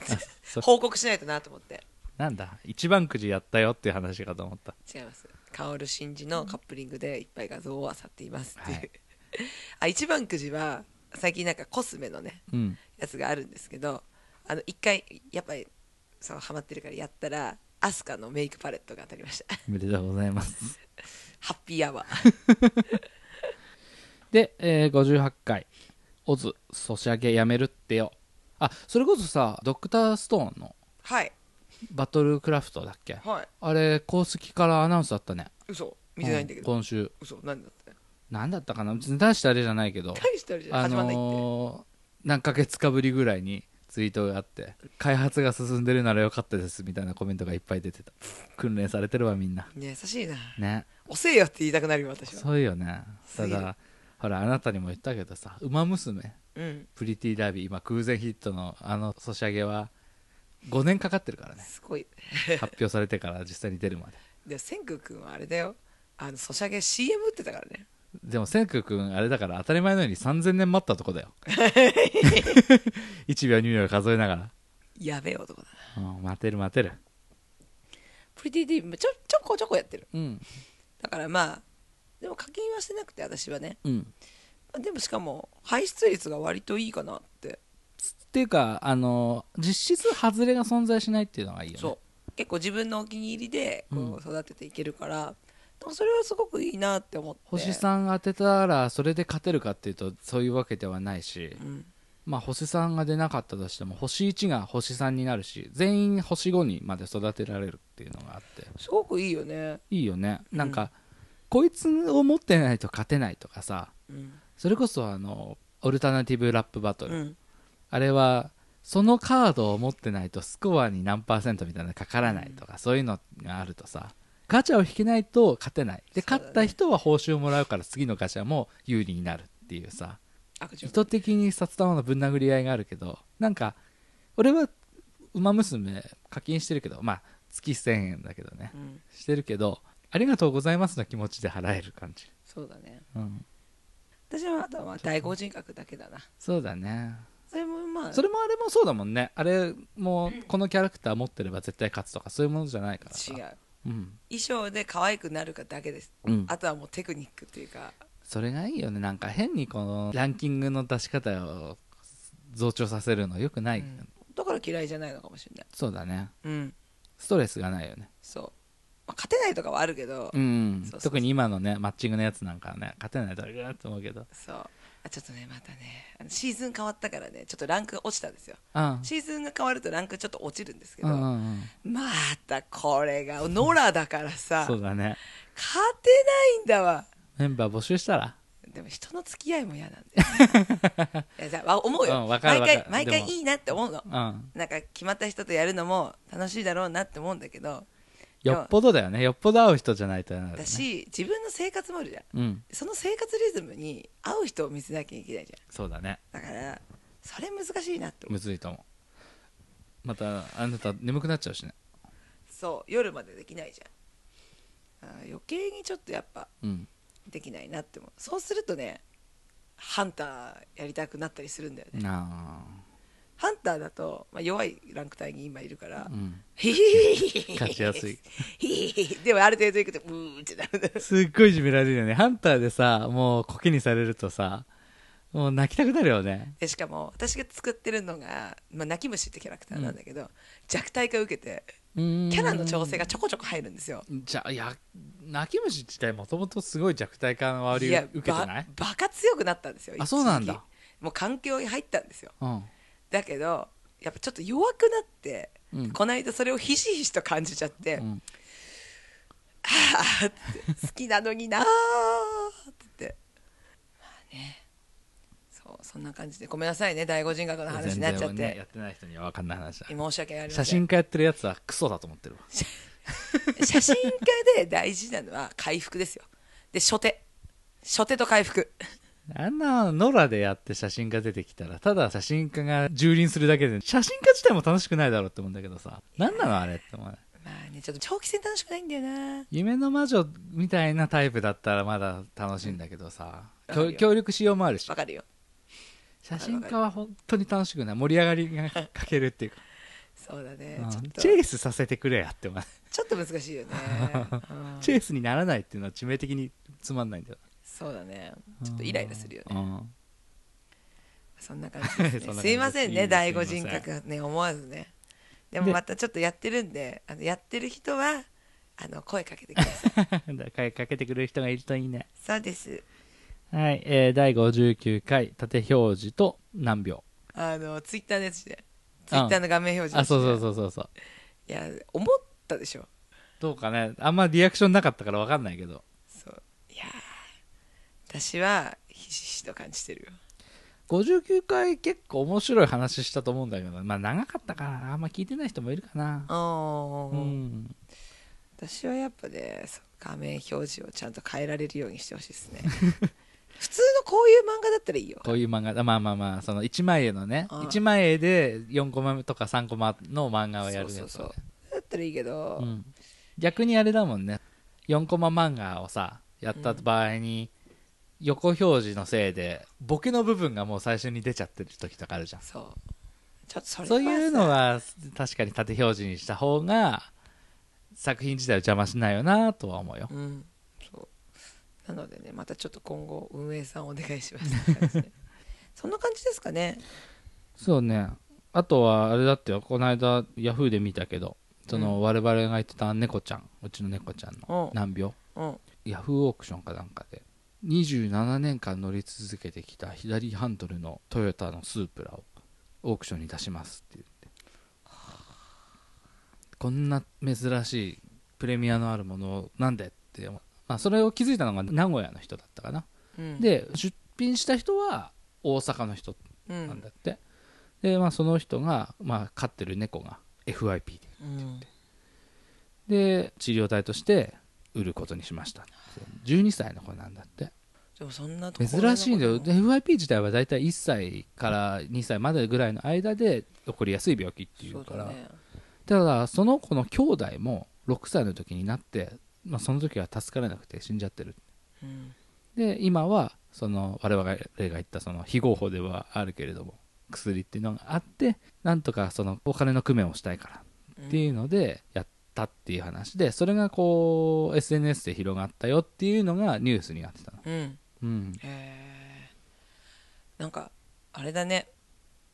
Speaker 2: そ
Speaker 1: 報告しないとなと思って。
Speaker 2: なんだ一番くじやったよっていう話かと思った
Speaker 1: 違います薫真二のカップリングでいっぱい画像を漁っていますっていう、
Speaker 2: はい
Speaker 1: あ一番くじは最近なんかコスメのね
Speaker 2: うん
Speaker 1: やつがあるんですけどあの一回やっぱりそうハマってるからやったらアスカのメイクパレットが当たりました
Speaker 2: おめでとうございます
Speaker 1: ハッピーアワー
Speaker 2: で、えー58回「オズソシャゲやめるってよ」あそれこそさドクターストーンの
Speaker 1: はい
Speaker 2: バトルクラフトだっけ
Speaker 1: はい
Speaker 2: あれ公式からアナウンスあったね
Speaker 1: 嘘見てないんだけど、
Speaker 2: うん今週
Speaker 1: 嘘何だって
Speaker 2: 何だったかな別に大したあれじゃないけど
Speaker 1: 大したあれじゃん
Speaker 2: あ
Speaker 1: 始まんないって
Speaker 2: のー何ヶ月かぶりぐらいにツイートがあって開発が進んでるならよかったですみたいなコメントがいっぱい出てた訓練されてるわみんな
Speaker 1: ね優しいな
Speaker 2: ね
Speaker 1: 遅えよって言いたくなるよ私は
Speaker 2: そうよねた
Speaker 1: そうよ
Speaker 2: だほらあなたにも言ったけどさ「ウマ娘
Speaker 1: うん」
Speaker 2: プリティラビー今空前ヒットのあのソシャゲは5年かかってるから ね
Speaker 1: すごい
Speaker 2: 発表されてから実際に出るまで
Speaker 1: でも千空君はあれだよあのソシャゲ CM 打ってたからね
Speaker 2: でも千空君あれだから当たり前のように3000年待ったとこ だよ1秒2秒数えながら、
Speaker 1: やべえ男だな
Speaker 2: うん、待てる待てる
Speaker 1: プリティディちょちょこちょこやってる
Speaker 2: うん
Speaker 1: だからまあでも課金はしてなくて私はね
Speaker 2: うん
Speaker 1: でもしかも排出率が割といいかなって
Speaker 2: っていうかあの実質外れが存在しないっていうのがいいよね
Speaker 1: そう結構自分のお気に入りで
Speaker 2: うん
Speaker 1: こう育てていけるから、でもそれはすごくいいなって思って
Speaker 2: 星さん当てたらそれで勝てるかっていうとそういうわけではないし、
Speaker 1: うん
Speaker 2: まあ星さんが出なかったとしても星1が星3になるし全員星5にまで育てられるっていうのがあって
Speaker 1: すごくいいよね、
Speaker 2: いいよね
Speaker 1: うん
Speaker 2: なんか、こいつを持ってないと勝てないとかさ
Speaker 1: うん
Speaker 2: それこそあのオルタナティブラップバトル、
Speaker 1: うん
Speaker 2: あれはそのカードを持ってないとスコアに何パーセントみたいなのかからないとか、そういうのがあるとさガチャを引けないと勝てないで、
Speaker 1: そうだね
Speaker 2: 勝った人は報酬をもらうから次のガチャも有利になるっていうさ
Speaker 1: 悪循
Speaker 2: 意
Speaker 1: 環
Speaker 2: 図的に札玉のぶん殴り合いがあるけどなんか俺は「ウマ娘」課金してるけどまあ月1000円だけどね
Speaker 1: うん、
Speaker 2: してるけどありがとうございますの気持ちで払える感じ、
Speaker 1: そうだね
Speaker 2: うん、
Speaker 1: 私はあとはまあ第五人格だけだな
Speaker 2: そうだね
Speaker 1: それもまあ
Speaker 2: それもあれもそうだもんねあれもこのキャラクター持ってれば絶対勝つとかそういうものじゃないからさ
Speaker 1: 違う
Speaker 2: うん、
Speaker 1: 衣装で可愛くなるかだけです、
Speaker 2: うん
Speaker 1: あとはもうテクニックっていうか
Speaker 2: それがいいよねなんか変にこのランキングの出し方を増長させるのよくない、
Speaker 1: うんだから嫌いじゃないのかもしれない
Speaker 2: そうだね
Speaker 1: うん
Speaker 2: ストレスがないよね
Speaker 1: そう、まあ、勝てないとかはあるけど、
Speaker 2: うん
Speaker 1: そうそうそう
Speaker 2: 特に今のねマッチングのやつなんかはね勝てないとあれだと思うけど
Speaker 1: そうあちょっとねまたねあのシーズン変わったからねちょっとランク落ちたんですよ
Speaker 2: うん
Speaker 1: シーズンが変わるとランクちょっと落ちるんですけ
Speaker 2: う
Speaker 1: ど、
Speaker 2: んうんうん
Speaker 1: またこれがノラだからさ
Speaker 2: そう
Speaker 1: 勝
Speaker 2: だね
Speaker 1: てないんだわ
Speaker 2: メンバー募集したら
Speaker 1: でも人の付き合いも嫌なんだ よ、ね、いやじゃあわ思うよ、
Speaker 2: うんわか
Speaker 1: 毎
Speaker 2: るわ
Speaker 1: 回
Speaker 2: かる
Speaker 1: 毎
Speaker 2: で
Speaker 1: 回
Speaker 2: も
Speaker 1: いいなって思うの
Speaker 2: うん
Speaker 1: なんか決まった人とやるのも楽しいだろうなって思うんだけど
Speaker 2: よっぽどだよねよっぽど会う人じゃないとなるね
Speaker 1: だし、自分の生活もあるじゃん
Speaker 2: うん
Speaker 1: その生活リズムに合う人を見せなきゃいけないじ
Speaker 2: そうだね
Speaker 1: ゃんだからそれ難しいなって思う
Speaker 2: むずいと思うまたあなた眠くなっちゃうしね
Speaker 1: そう夜までできないじゃんあー余計にちょっとやっぱ
Speaker 2: うん
Speaker 1: できないなって思うそうするとねハンターやりたくなったりするんだよね
Speaker 2: な
Speaker 1: ハンターだと、まあ、弱いランク帯に今いるから
Speaker 2: あ、うん、
Speaker 1: ヒヒヒヒヒ
Speaker 2: 勝ちやすい
Speaker 1: ヒヒヒでもある程度いくとうーんってなるんだよ
Speaker 2: すっごいいじめられるよねハンターでさもうコケにされるとさもう泣きたくなるよね
Speaker 1: でしかも私が作ってるのが、まあ、泣き虫ってキャラクターなんだけど、弱体化を受けて
Speaker 2: キ
Speaker 1: キャ
Speaker 2: ャ
Speaker 1: ラの調整がちょこちょこ入るんですよ
Speaker 2: じゃあいや泣き虫自体もともとすごい弱体感をあり
Speaker 1: いや
Speaker 2: 受けてない
Speaker 1: ばバカ強くなったんですよ一時
Speaker 2: あ
Speaker 1: 期
Speaker 2: そうなんだ
Speaker 1: もう環境に入ったんですよ
Speaker 2: うん
Speaker 1: だけどやっぱちょっと弱くなって、
Speaker 2: うん
Speaker 1: この間それをひしひしと感じちゃって、
Speaker 2: うん
Speaker 1: あー って好きなのになーって言ってまあねそうそんな感じでごめんなさいね第五人格の話になっちゃっ
Speaker 2: 全然ね
Speaker 1: て、
Speaker 2: やってない人には分かんない話だ
Speaker 1: 申し訳ありません
Speaker 2: 写真家やってるやつはクソだと思ってるわ
Speaker 1: 写真家で大事なのは回復ですよで初手初手と回復
Speaker 2: あんなノラでやって写真家出てきたらただ写真家が蹂躙するだけで写真家自体も楽しくないだろうって思うんだけどさ何なのあれって思うね
Speaker 1: まあねちょっと長期戦楽しくないんだよな
Speaker 2: 夢の魔女みたいなタイプだったらまだ楽しいんだけどさ、
Speaker 1: うんわか
Speaker 2: 協
Speaker 1: るよ
Speaker 2: 協力しようもあるし
Speaker 1: わかるよ
Speaker 2: 写真家は本当に楽しくない盛り上がりが欠けるっていうか、
Speaker 1: そうだね
Speaker 2: うん
Speaker 1: ちょっと
Speaker 2: チェイスさせてくれやって思う
Speaker 1: ちょっと難しいよ ね、うん
Speaker 2: チェイスにならないっていうのは致命的につまんないんだよ
Speaker 1: そうだねちょっとイライラするよね
Speaker 2: ね
Speaker 1: そんな感じです
Speaker 2: そ
Speaker 1: ね
Speaker 2: んな感じです
Speaker 1: すいません
Speaker 2: い
Speaker 1: ね
Speaker 2: いです
Speaker 1: 第五人格ね思わずねでも
Speaker 2: で
Speaker 1: またちょっとやってるんであのやってる人はあの声かけてください
Speaker 2: だからかけてくれる人がいるといいね
Speaker 1: そうです
Speaker 2: はい、えー、第59回縦表示と何秒
Speaker 1: あのツイッターのやつでツイッターの画面表示
Speaker 2: あそうそう
Speaker 1: う
Speaker 2: そうそうそう
Speaker 1: いや思ったでしょ
Speaker 2: どうかねあんまリアクションなかったから分かんないけど
Speaker 1: 私はひしひしと感じてるよ
Speaker 2: 59回結構面白い話したと思うんだけどまあ長かったからなあんま聞いてない人もいるかな
Speaker 1: あ
Speaker 2: う
Speaker 1: ー
Speaker 2: ん
Speaker 1: 私はやっぱねそう画面表示をちゃんと変えられるようにしてほしい ですね普通のこういう漫画だったらいいよ
Speaker 2: こういう漫画だまあまあまあその1枚絵のね
Speaker 1: うん
Speaker 2: 1枚絵で4コマとか3コマの漫画をやるやつ、ね、
Speaker 1: そうそうそうだったらいいけど、
Speaker 2: うん、逆にあれだもんね4コマ漫画をさやった場合に、横表示のせいでボケの部分がもう最初に出ちゃってる時とかあるじゃん
Speaker 1: そうちょっとそれ
Speaker 2: そういうの
Speaker 1: は
Speaker 2: は確かに縦表示にした方が作品自体を邪魔しないよなとは思うよ
Speaker 1: さ、うんそうなのでねまたちょっと今後運営さんお願いしますって感じでそんな感じですかね
Speaker 2: そうねあとはあれだってよこの間ヤフーで見たけどその我々が言ってた猫ちゃんうちの猫ちゃんの
Speaker 1: うん
Speaker 2: 難病
Speaker 1: うん
Speaker 2: ヤフーオークションかなんかで27年間乗り続けてきた左ハンドルのトヨタのスープラをオークションに出しますって言ってこんな珍しいプレミアのあるものをなんでって思う、まあ、それを気づいたのが名古屋の人だったかな、
Speaker 1: うん、
Speaker 2: で出品した人は大阪の人
Speaker 1: うん、
Speaker 2: なんだって、で、まあ、その人が、まあ、飼ってる猫が FIP で
Speaker 1: うん
Speaker 2: で治療代として売ることにしましたって12歳の子なんだって
Speaker 1: でもそんなとこ
Speaker 2: 珍しいんだよ
Speaker 1: で
Speaker 2: で FIP 自体は大体1歳から2歳までぐらいの間で起こりやすい病気っていうから
Speaker 1: そうだね
Speaker 2: ただその子の兄弟も6歳の時になって、まあ、その時は助からなくて死んじゃってる
Speaker 1: うん
Speaker 2: で今はその我々が言ったその非合法ではあるけれども薬っていうのがあってなんとかそのお金の工面をしたいから
Speaker 1: うん
Speaker 2: っていうのでやったっていう話でそれがこう SNS で広がったよっていうのがニュースになってたの、
Speaker 1: うん
Speaker 2: うん、
Speaker 1: へーなんかあれだね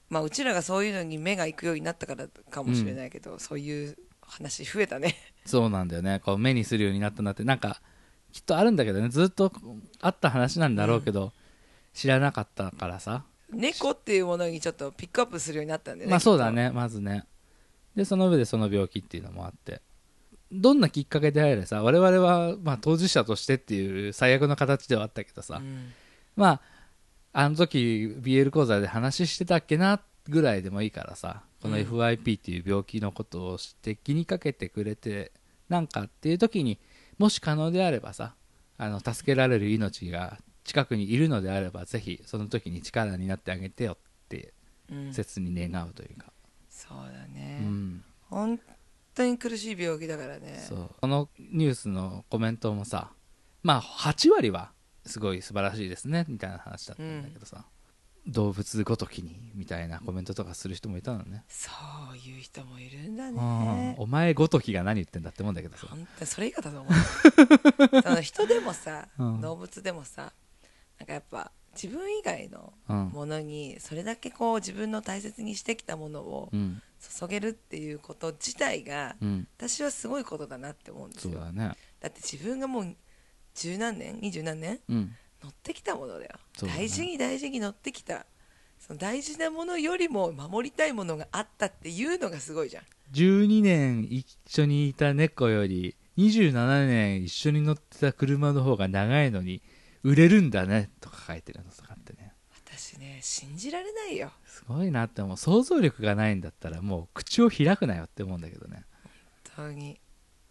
Speaker 1: まあうちらがそういうのに目が行くようになったからかもしれないけど、そういう話増えたね
Speaker 2: そうなんだよねこう目にするようになったなってなんかきっとあるんだけどねずっとあった話なんだろうけど、知らなかったからさ、
Speaker 1: 猫っていうものにちょっとピックアップするようになったんでね
Speaker 2: まあそうだ
Speaker 1: きっ
Speaker 2: ねまずねでその上でその病気っていうのもあってどんなきっかけであれさ我々はまあ当事者としてっていう最悪の形ではあったけど
Speaker 1: と
Speaker 2: さ、
Speaker 1: うん
Speaker 2: まああの時 BL 講座で話してたっけなぐらいでもいいからさこの
Speaker 1: うん
Speaker 2: FIP っていう病気のことを知って気にかけてくれてなんかっていう時にもし可能であればさあの助けられる命が近くにいるのであればぜひその時に力になってあげてよって
Speaker 1: うん
Speaker 2: 切に願うというか、
Speaker 1: そうだ
Speaker 2: う
Speaker 1: ね、
Speaker 2: ん、
Speaker 1: 本当に苦しい病気だからね
Speaker 2: そうこのニュースのコメントもさまあ8割はすごい素晴らしいですねみたいな話だったんだけどさ、動物ごときにみたいなコメントとかする人もいたのね、
Speaker 1: そういう人もいるんだ
Speaker 2: うん
Speaker 1: ね
Speaker 2: お前ごときが何言ってんだって思うんだけどさ
Speaker 1: 本当にそれ以下だと思うその人でもさ、
Speaker 2: うん
Speaker 1: 動物でもさなんかやっぱ自分以外の
Speaker 2: うん、
Speaker 1: ものにそれだけこう自分の大切にしてきたものを
Speaker 2: うん
Speaker 1: 注げるっていうこと自体が
Speaker 2: うん、
Speaker 1: 私はすごいことだなって思うんです
Speaker 2: そう
Speaker 1: よだ
Speaker 2: だね
Speaker 1: って自分がもう十何年二十何年
Speaker 2: うん
Speaker 1: 乗ってきたものだよ
Speaker 2: そうだね
Speaker 1: 大事に大事に乗ってきたその大事なものよりも守りたいものがあったっていうのがすごいじゃん
Speaker 2: 12年一緒にいた猫より27年一緒に乗ってた車の方が長いのに売れるんだねとか書いてるのとかってね
Speaker 1: 私ね信じられないよ
Speaker 2: すごいなって思う想像力がないんだったらもう口を開くなよって思うんだけどね
Speaker 1: 本当に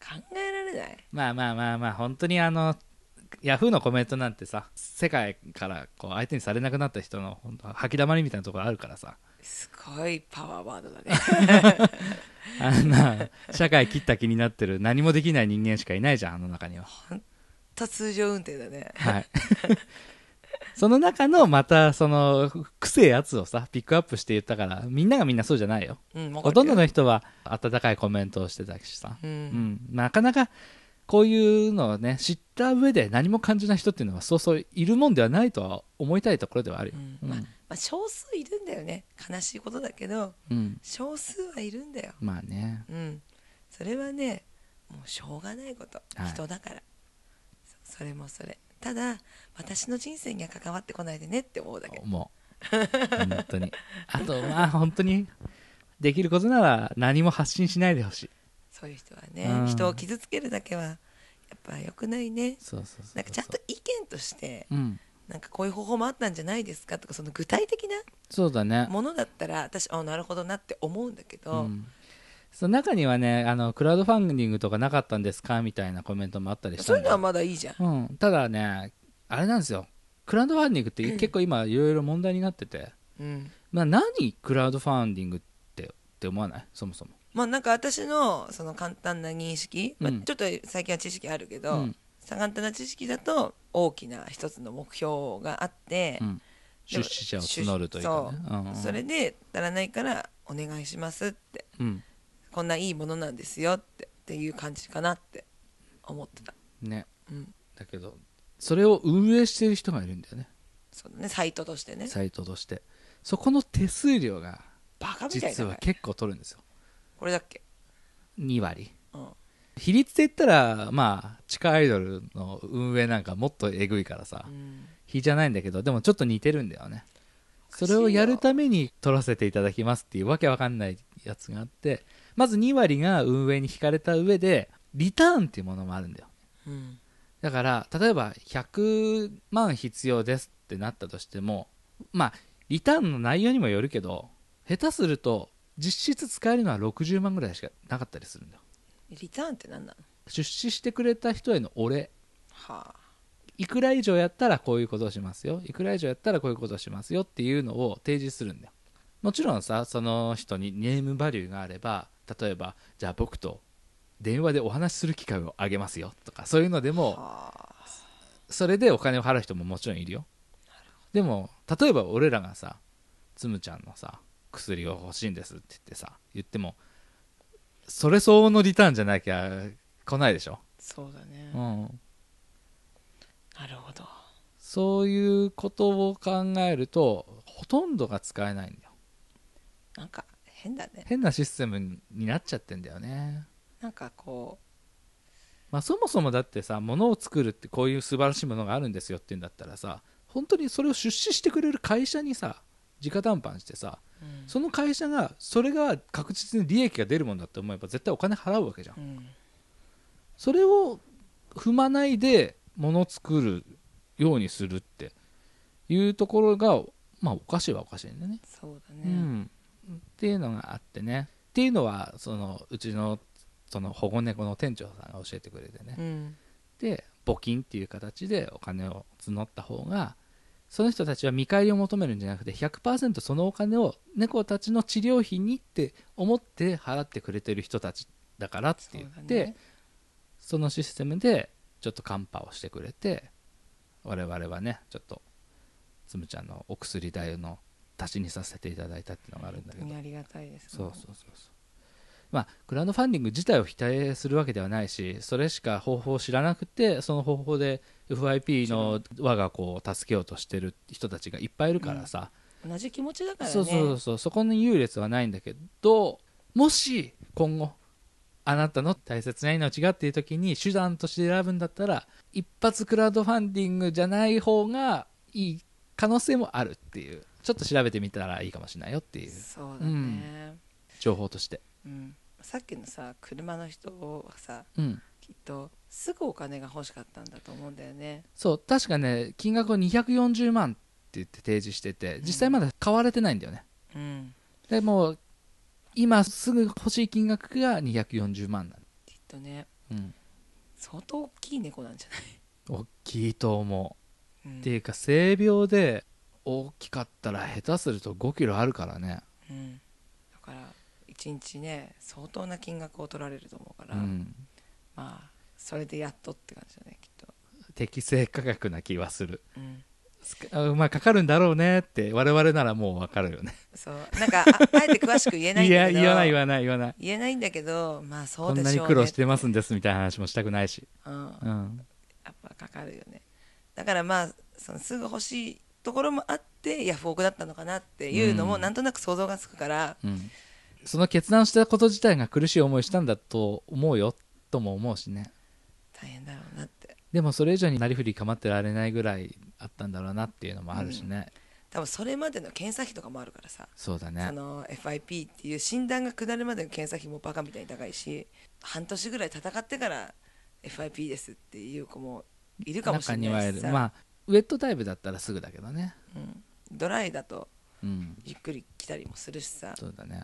Speaker 1: 考えられない
Speaker 2: まあまあまあまあ本当にあのヤフーのコメントなんてさ世界からこう相手にされなくなった人の本当吐きだまりみたいなところあるからさ
Speaker 1: すごいパワーワードだね
Speaker 2: あんな社会切った気になってる何もできない人間しかいないじゃんあの中には
Speaker 1: と通常運転だね
Speaker 2: はいその中のまたそのくせえやつをさピックアップして言ったからみんながみんなそうじゃないよ
Speaker 1: うんわか
Speaker 2: ほ
Speaker 1: るよ
Speaker 2: とんどの人は温かいコメントをしてたしさ
Speaker 1: う、
Speaker 2: うんん、なかなかこういうのをね知った上で何も感じない人っていうのはそうそういるもんではないとは思いたいところではあるよ、
Speaker 1: うんまあまあ、少数いるんだよね悲しいことだけど
Speaker 2: うん
Speaker 1: 少数はいるんだよ、
Speaker 2: まあね
Speaker 1: うん、それはねもうしょうがないこと、
Speaker 2: はい
Speaker 1: 人だからそそれもそれただ私の人生には関わってこないでねって思うだけ
Speaker 2: もう本当にあとまあ本当にできることなら何も発信しないでほしい
Speaker 1: そういう人は
Speaker 2: うん
Speaker 1: ね人を傷つけるだけはやっぱ良くないね
Speaker 2: そうそうそうそう
Speaker 1: なんかちゃんと生き見として
Speaker 2: うん、
Speaker 1: なんかこういう方法もあったんじゃないですかとかその具体的な
Speaker 2: そうだね
Speaker 1: ものだったら私あなるほどなって思うんだけど、
Speaker 2: うんその中にはねあのクラウドファンディングとかなかったんですかみたいなコメントもあったりした
Speaker 1: そうい
Speaker 2: ん
Speaker 1: うの
Speaker 2: だよ
Speaker 1: はまだいいじゃん。
Speaker 2: うん、ただねあれなんですよクラウドファンディングって結構今いろいろ問題になってて、
Speaker 1: うん
Speaker 2: まあ、何クラウドファンディングってって思わないそもそも、
Speaker 1: まあなんか私のその簡単な認識、まあ
Speaker 2: うん
Speaker 1: ちょっと最近は知識あるけ
Speaker 2: う
Speaker 1: ど、
Speaker 2: ん
Speaker 1: さ簡単な知識だと大きな一つの目標があって、
Speaker 2: うん、出資者を募るというかねうんうん
Speaker 1: それで足らないからお願いしますって
Speaker 2: うん
Speaker 1: こんないいものなんですよってっていう感じかなって思ってた、
Speaker 2: ね
Speaker 1: うん、
Speaker 2: だけどそれを運営してる人がいるんだよね
Speaker 1: そうだねサイトとしてね
Speaker 2: サイトとしてそこの手数料が
Speaker 1: バカみたい
Speaker 2: 実
Speaker 1: だ
Speaker 2: は
Speaker 1: ね
Speaker 2: 結構取るんですよ
Speaker 1: これだっけ、
Speaker 2: 2割
Speaker 1: うん、
Speaker 2: 比率で言ったらまあ地下アイドルの運営なんかもっとえぐいからさ、
Speaker 1: うん
Speaker 2: 比じゃないんだけどでもちょっと似てるんだよねそれをやるために取らせていただきますっていうわけわかんないやつがあってまず2割が運営に引かれた上でリターンっていうものもあるんだよ
Speaker 1: うん
Speaker 2: だから例えば100万必要ですってなったとしてもまあリターンの内容にもよるけど下手すると実質使えるのは60万ぐらいしかなかったりするんだよ
Speaker 1: リターンって何なの
Speaker 2: 出資してくれた人へのお礼
Speaker 1: はあ
Speaker 2: いくら以上やったらこういうことをしますよいくら以上やったらこういうことをしますよっていうのを提示するんだよもちろんさその人にネームバリューがあれば例えばじゃあ僕と電話でお話しする機会をあげますよとかそういうのでも
Speaker 1: はあ
Speaker 2: それでお金を払う人ももちろんいるよでも例えば俺らがさつむちゃんのさ薬を欲しいんですって言ってさ言ってもそれ相応のリターンじゃなきゃ来ないでしょ、
Speaker 1: そうだね、
Speaker 2: うん、
Speaker 1: なるほど
Speaker 2: そういうことを考えるとほとんどが使えないんだよ
Speaker 1: なんか変だね
Speaker 2: 変なシステムになっちゃってんだよね、
Speaker 1: なんかこ
Speaker 2: まあ、そもそもだってさ物を作るってこういう素晴らしいものがあるんですよって言うんだったらさ本当にそれを出資してくれる会社にさ直談判してさ
Speaker 1: う、うん
Speaker 2: その会社がそれが確実に利益が出るもんだって思えば絶対お金払うわけじゃん
Speaker 1: うん
Speaker 2: それを踏まないで物を作るようにするっていうところがまあおかしいはおかしいんだよね
Speaker 1: そうだ
Speaker 2: う
Speaker 1: ね、
Speaker 2: ん、っていうのがあってねっていうのはそのうちのその保護猫の店長さんが教えてくれてね、
Speaker 1: うん
Speaker 2: で募金っていう形でお金を募った方がその人たちは見返りを求めるんじゃなくて100%そのお金を猫たちの治療費にって思って払ってくれてる人たちだからって言
Speaker 1: そ
Speaker 2: っ
Speaker 1: う
Speaker 2: て
Speaker 1: だ
Speaker 2: そ,、
Speaker 1: ね
Speaker 2: のシステムでちょっとカンパをしてくれて我々はねちょっとつむちゃんのお薬代の足しにさせていただいたっていうのがあるんだけど
Speaker 1: 本当にありがたいです
Speaker 2: そうそうそうそうまあクラウドファンディング自体を否定するわけではないしそれしか方法を知らなくてその方法で FIP の我が子を助けようとしてる人たちがいっぱいいるからさ、
Speaker 1: 同じ気持ちだからね
Speaker 2: そうそうそうそこに優劣はないんだけどもし今後あなたの大切な命がっていう時に手段として選ぶんだったら一発クラウドファンディングじゃない方がいい可能性もあるっていうちょっと調べてみたらいいかもしれないよっていう
Speaker 1: そうだね、
Speaker 2: 情報として
Speaker 1: うんさっきのさ車の人はさ
Speaker 2: うん
Speaker 1: きっとすぐお金が欲しかったんだと思うんだよね
Speaker 2: そう確かね金額を240万って言って提示してて実際まだ買われてないんだよね、
Speaker 1: うん
Speaker 2: でもう今すぐ欲しい金額が240万な
Speaker 1: きっとね
Speaker 2: の、うん、
Speaker 1: 相当大きい猫なんじゃ
Speaker 2: 大きいと思
Speaker 1: な
Speaker 2: う、
Speaker 1: い
Speaker 2: っていうか性病で大きかったら下手すると5キロあるからね、
Speaker 1: うん、うんだから一日ね相当な金額を取られると思うから、
Speaker 2: うん、
Speaker 1: まあそれでやっとって感じだねきっと、
Speaker 2: 適正価格な気はする
Speaker 1: うん、
Speaker 2: すあまあかかるんだろうねって我々ならもう分かるよね
Speaker 1: そうなんかああえて詳しく言えないん
Speaker 2: い
Speaker 1: だ
Speaker 2: や
Speaker 1: けど
Speaker 2: 言わない言わない言わない
Speaker 1: 言えないんだけどまあそ
Speaker 2: こ
Speaker 1: うんで
Speaker 2: な
Speaker 1: し
Speaker 2: に
Speaker 1: ょうね
Speaker 2: 苦労してますんですみたいな話もしたくないし、
Speaker 1: うん
Speaker 2: うん、
Speaker 1: やっぱかかるよねだからまあそのすぐ欲しいところもあってヤフオクだったのかなっていうの
Speaker 2: う
Speaker 1: も
Speaker 2: ん
Speaker 1: なんとなく想像がつくから、
Speaker 2: うん、その決断したこと自体が苦しい思いしたんだと思うよとも思うしね
Speaker 1: 大変だろうなって
Speaker 2: でもそれ以上になりふり構ってられないぐらいあったんだろうなっていうのもあるしね、
Speaker 1: 多分それまでの検査費とかもあるからさ、
Speaker 2: そうだ
Speaker 1: そ
Speaker 2: ね
Speaker 1: の FIP っていう診断が下るまでの検査費もバカみたいに高いし半年ぐらい戦ってから FIP ですっていう子もいるかもし
Speaker 2: 中
Speaker 1: れ
Speaker 2: に
Speaker 1: な
Speaker 2: はいい
Speaker 1: し
Speaker 2: る
Speaker 1: さ、
Speaker 2: まあウェットタイプだったらすぐだけどね
Speaker 1: うんドライだと
Speaker 2: うん
Speaker 1: ゆっくり来たりもするしさ
Speaker 2: そうだね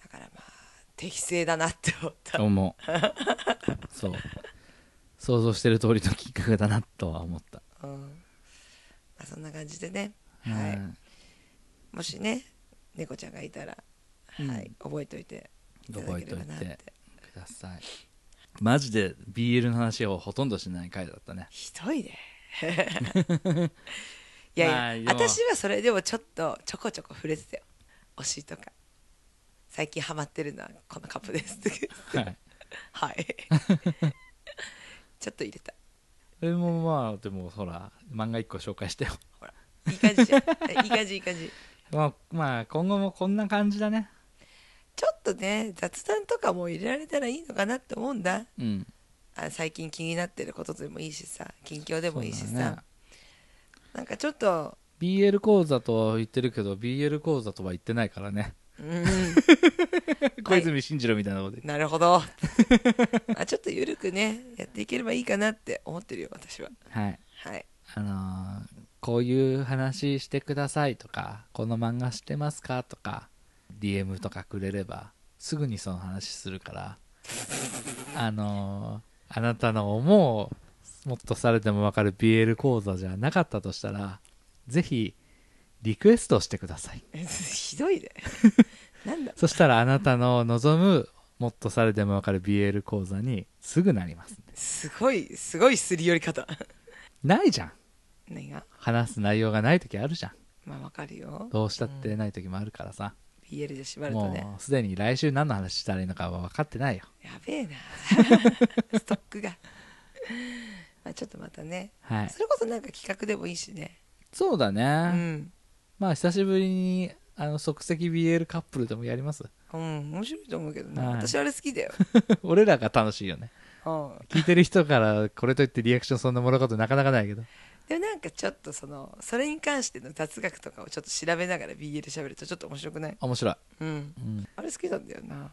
Speaker 1: だからまあ適正だなって思った
Speaker 2: 思うそう想像してる通りのきっかけだなとは思った、
Speaker 1: うんまあ、そんな感じでね、は
Speaker 2: う
Speaker 1: い、
Speaker 2: ん
Speaker 1: もしね猫ちゃんがいたら、はい、覚えておいていただ
Speaker 2: 覚え
Speaker 1: けれ
Speaker 2: て
Speaker 1: ば
Speaker 2: おい
Speaker 1: なって
Speaker 2: てくださいマジで BL の話をほとんどしない回だ ったね
Speaker 1: ひどいね いやいや、
Speaker 2: まあでも
Speaker 1: 私はそれでもちょっとちょこちょこ触れてたよ推しとか最近ハマってるのはこのカップです
Speaker 2: はい
Speaker 1: はい ちょっと入れた
Speaker 2: それもまあでもほら漫画1個紹介 してよ
Speaker 1: ほらいい感じじゃんいい感じいい感じ
Speaker 2: まあ、まあ、今後もこんな感じだね
Speaker 1: ちょっとね雑談とかも入れられたらいいのかなって思うんだ
Speaker 2: うん
Speaker 1: あ最近気になってることでもいいしさ近況で
Speaker 2: で
Speaker 1: もいいしさ、なんかちょっと
Speaker 2: BL 講座とは言ってるけど BL 講座とは言ってないから ね
Speaker 1: うーん
Speaker 2: 小泉進次郎みたいなことで、
Speaker 1: なるほどあちょっとゆるくねやっていければいいかなって思ってるよ私は
Speaker 2: はい
Speaker 1: はい
Speaker 2: あのーこういう話してくださいとかこの漫画知ってますかとか DM とかくれればすぐにその話するからあのーあなたの思うもっとされてもわかる BL 講座じゃなかったとしたらぜひリクエストしてください
Speaker 1: えひどいねなんだ
Speaker 2: そしたらあなたの望むもっとされてもわかる BL 講座にすぐなりま
Speaker 1: す
Speaker 2: す
Speaker 1: ごいすごいすり寄り方
Speaker 2: ないじゃん
Speaker 1: 何が
Speaker 2: 話す内容がない時あるじゃん
Speaker 1: まあわかるよ
Speaker 2: どうしたってない時もあるからさ、
Speaker 1: BL で縛るとね
Speaker 2: もうすでに来週何の話したらいいのかは分かってないよ
Speaker 1: やべえな ストックがまあちょっとまたね
Speaker 2: はい
Speaker 1: それこそなんか企画でもいいしね
Speaker 2: そうだね、
Speaker 1: うん
Speaker 2: まあ久しぶりにあの即席 BL カップルでもやります
Speaker 1: うん面白いと思うけどね、
Speaker 2: はい
Speaker 1: 私あれ好きだよ、
Speaker 2: 俺らが楽しいよね
Speaker 1: うん、
Speaker 2: 聞いてる人からこれといってリアクションそんなもらうことなかなかないけど
Speaker 1: でもなんかちょっとそのそれに関しての雑学とかをちょっと調べながら BL 喋るとちょっと面白くない
Speaker 2: 面白い、
Speaker 1: うん
Speaker 2: うん、
Speaker 1: あれ好きなんだよな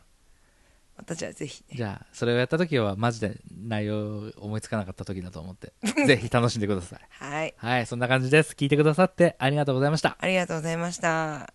Speaker 1: またじゃあぜひね
Speaker 2: じゃあそれをやった時はマジで内容思いつかなかった時だと思って ぜひ楽しんでください
Speaker 1: はい
Speaker 2: はいそんな感じです聞いてくださってありがとうございました
Speaker 1: ありがとうございました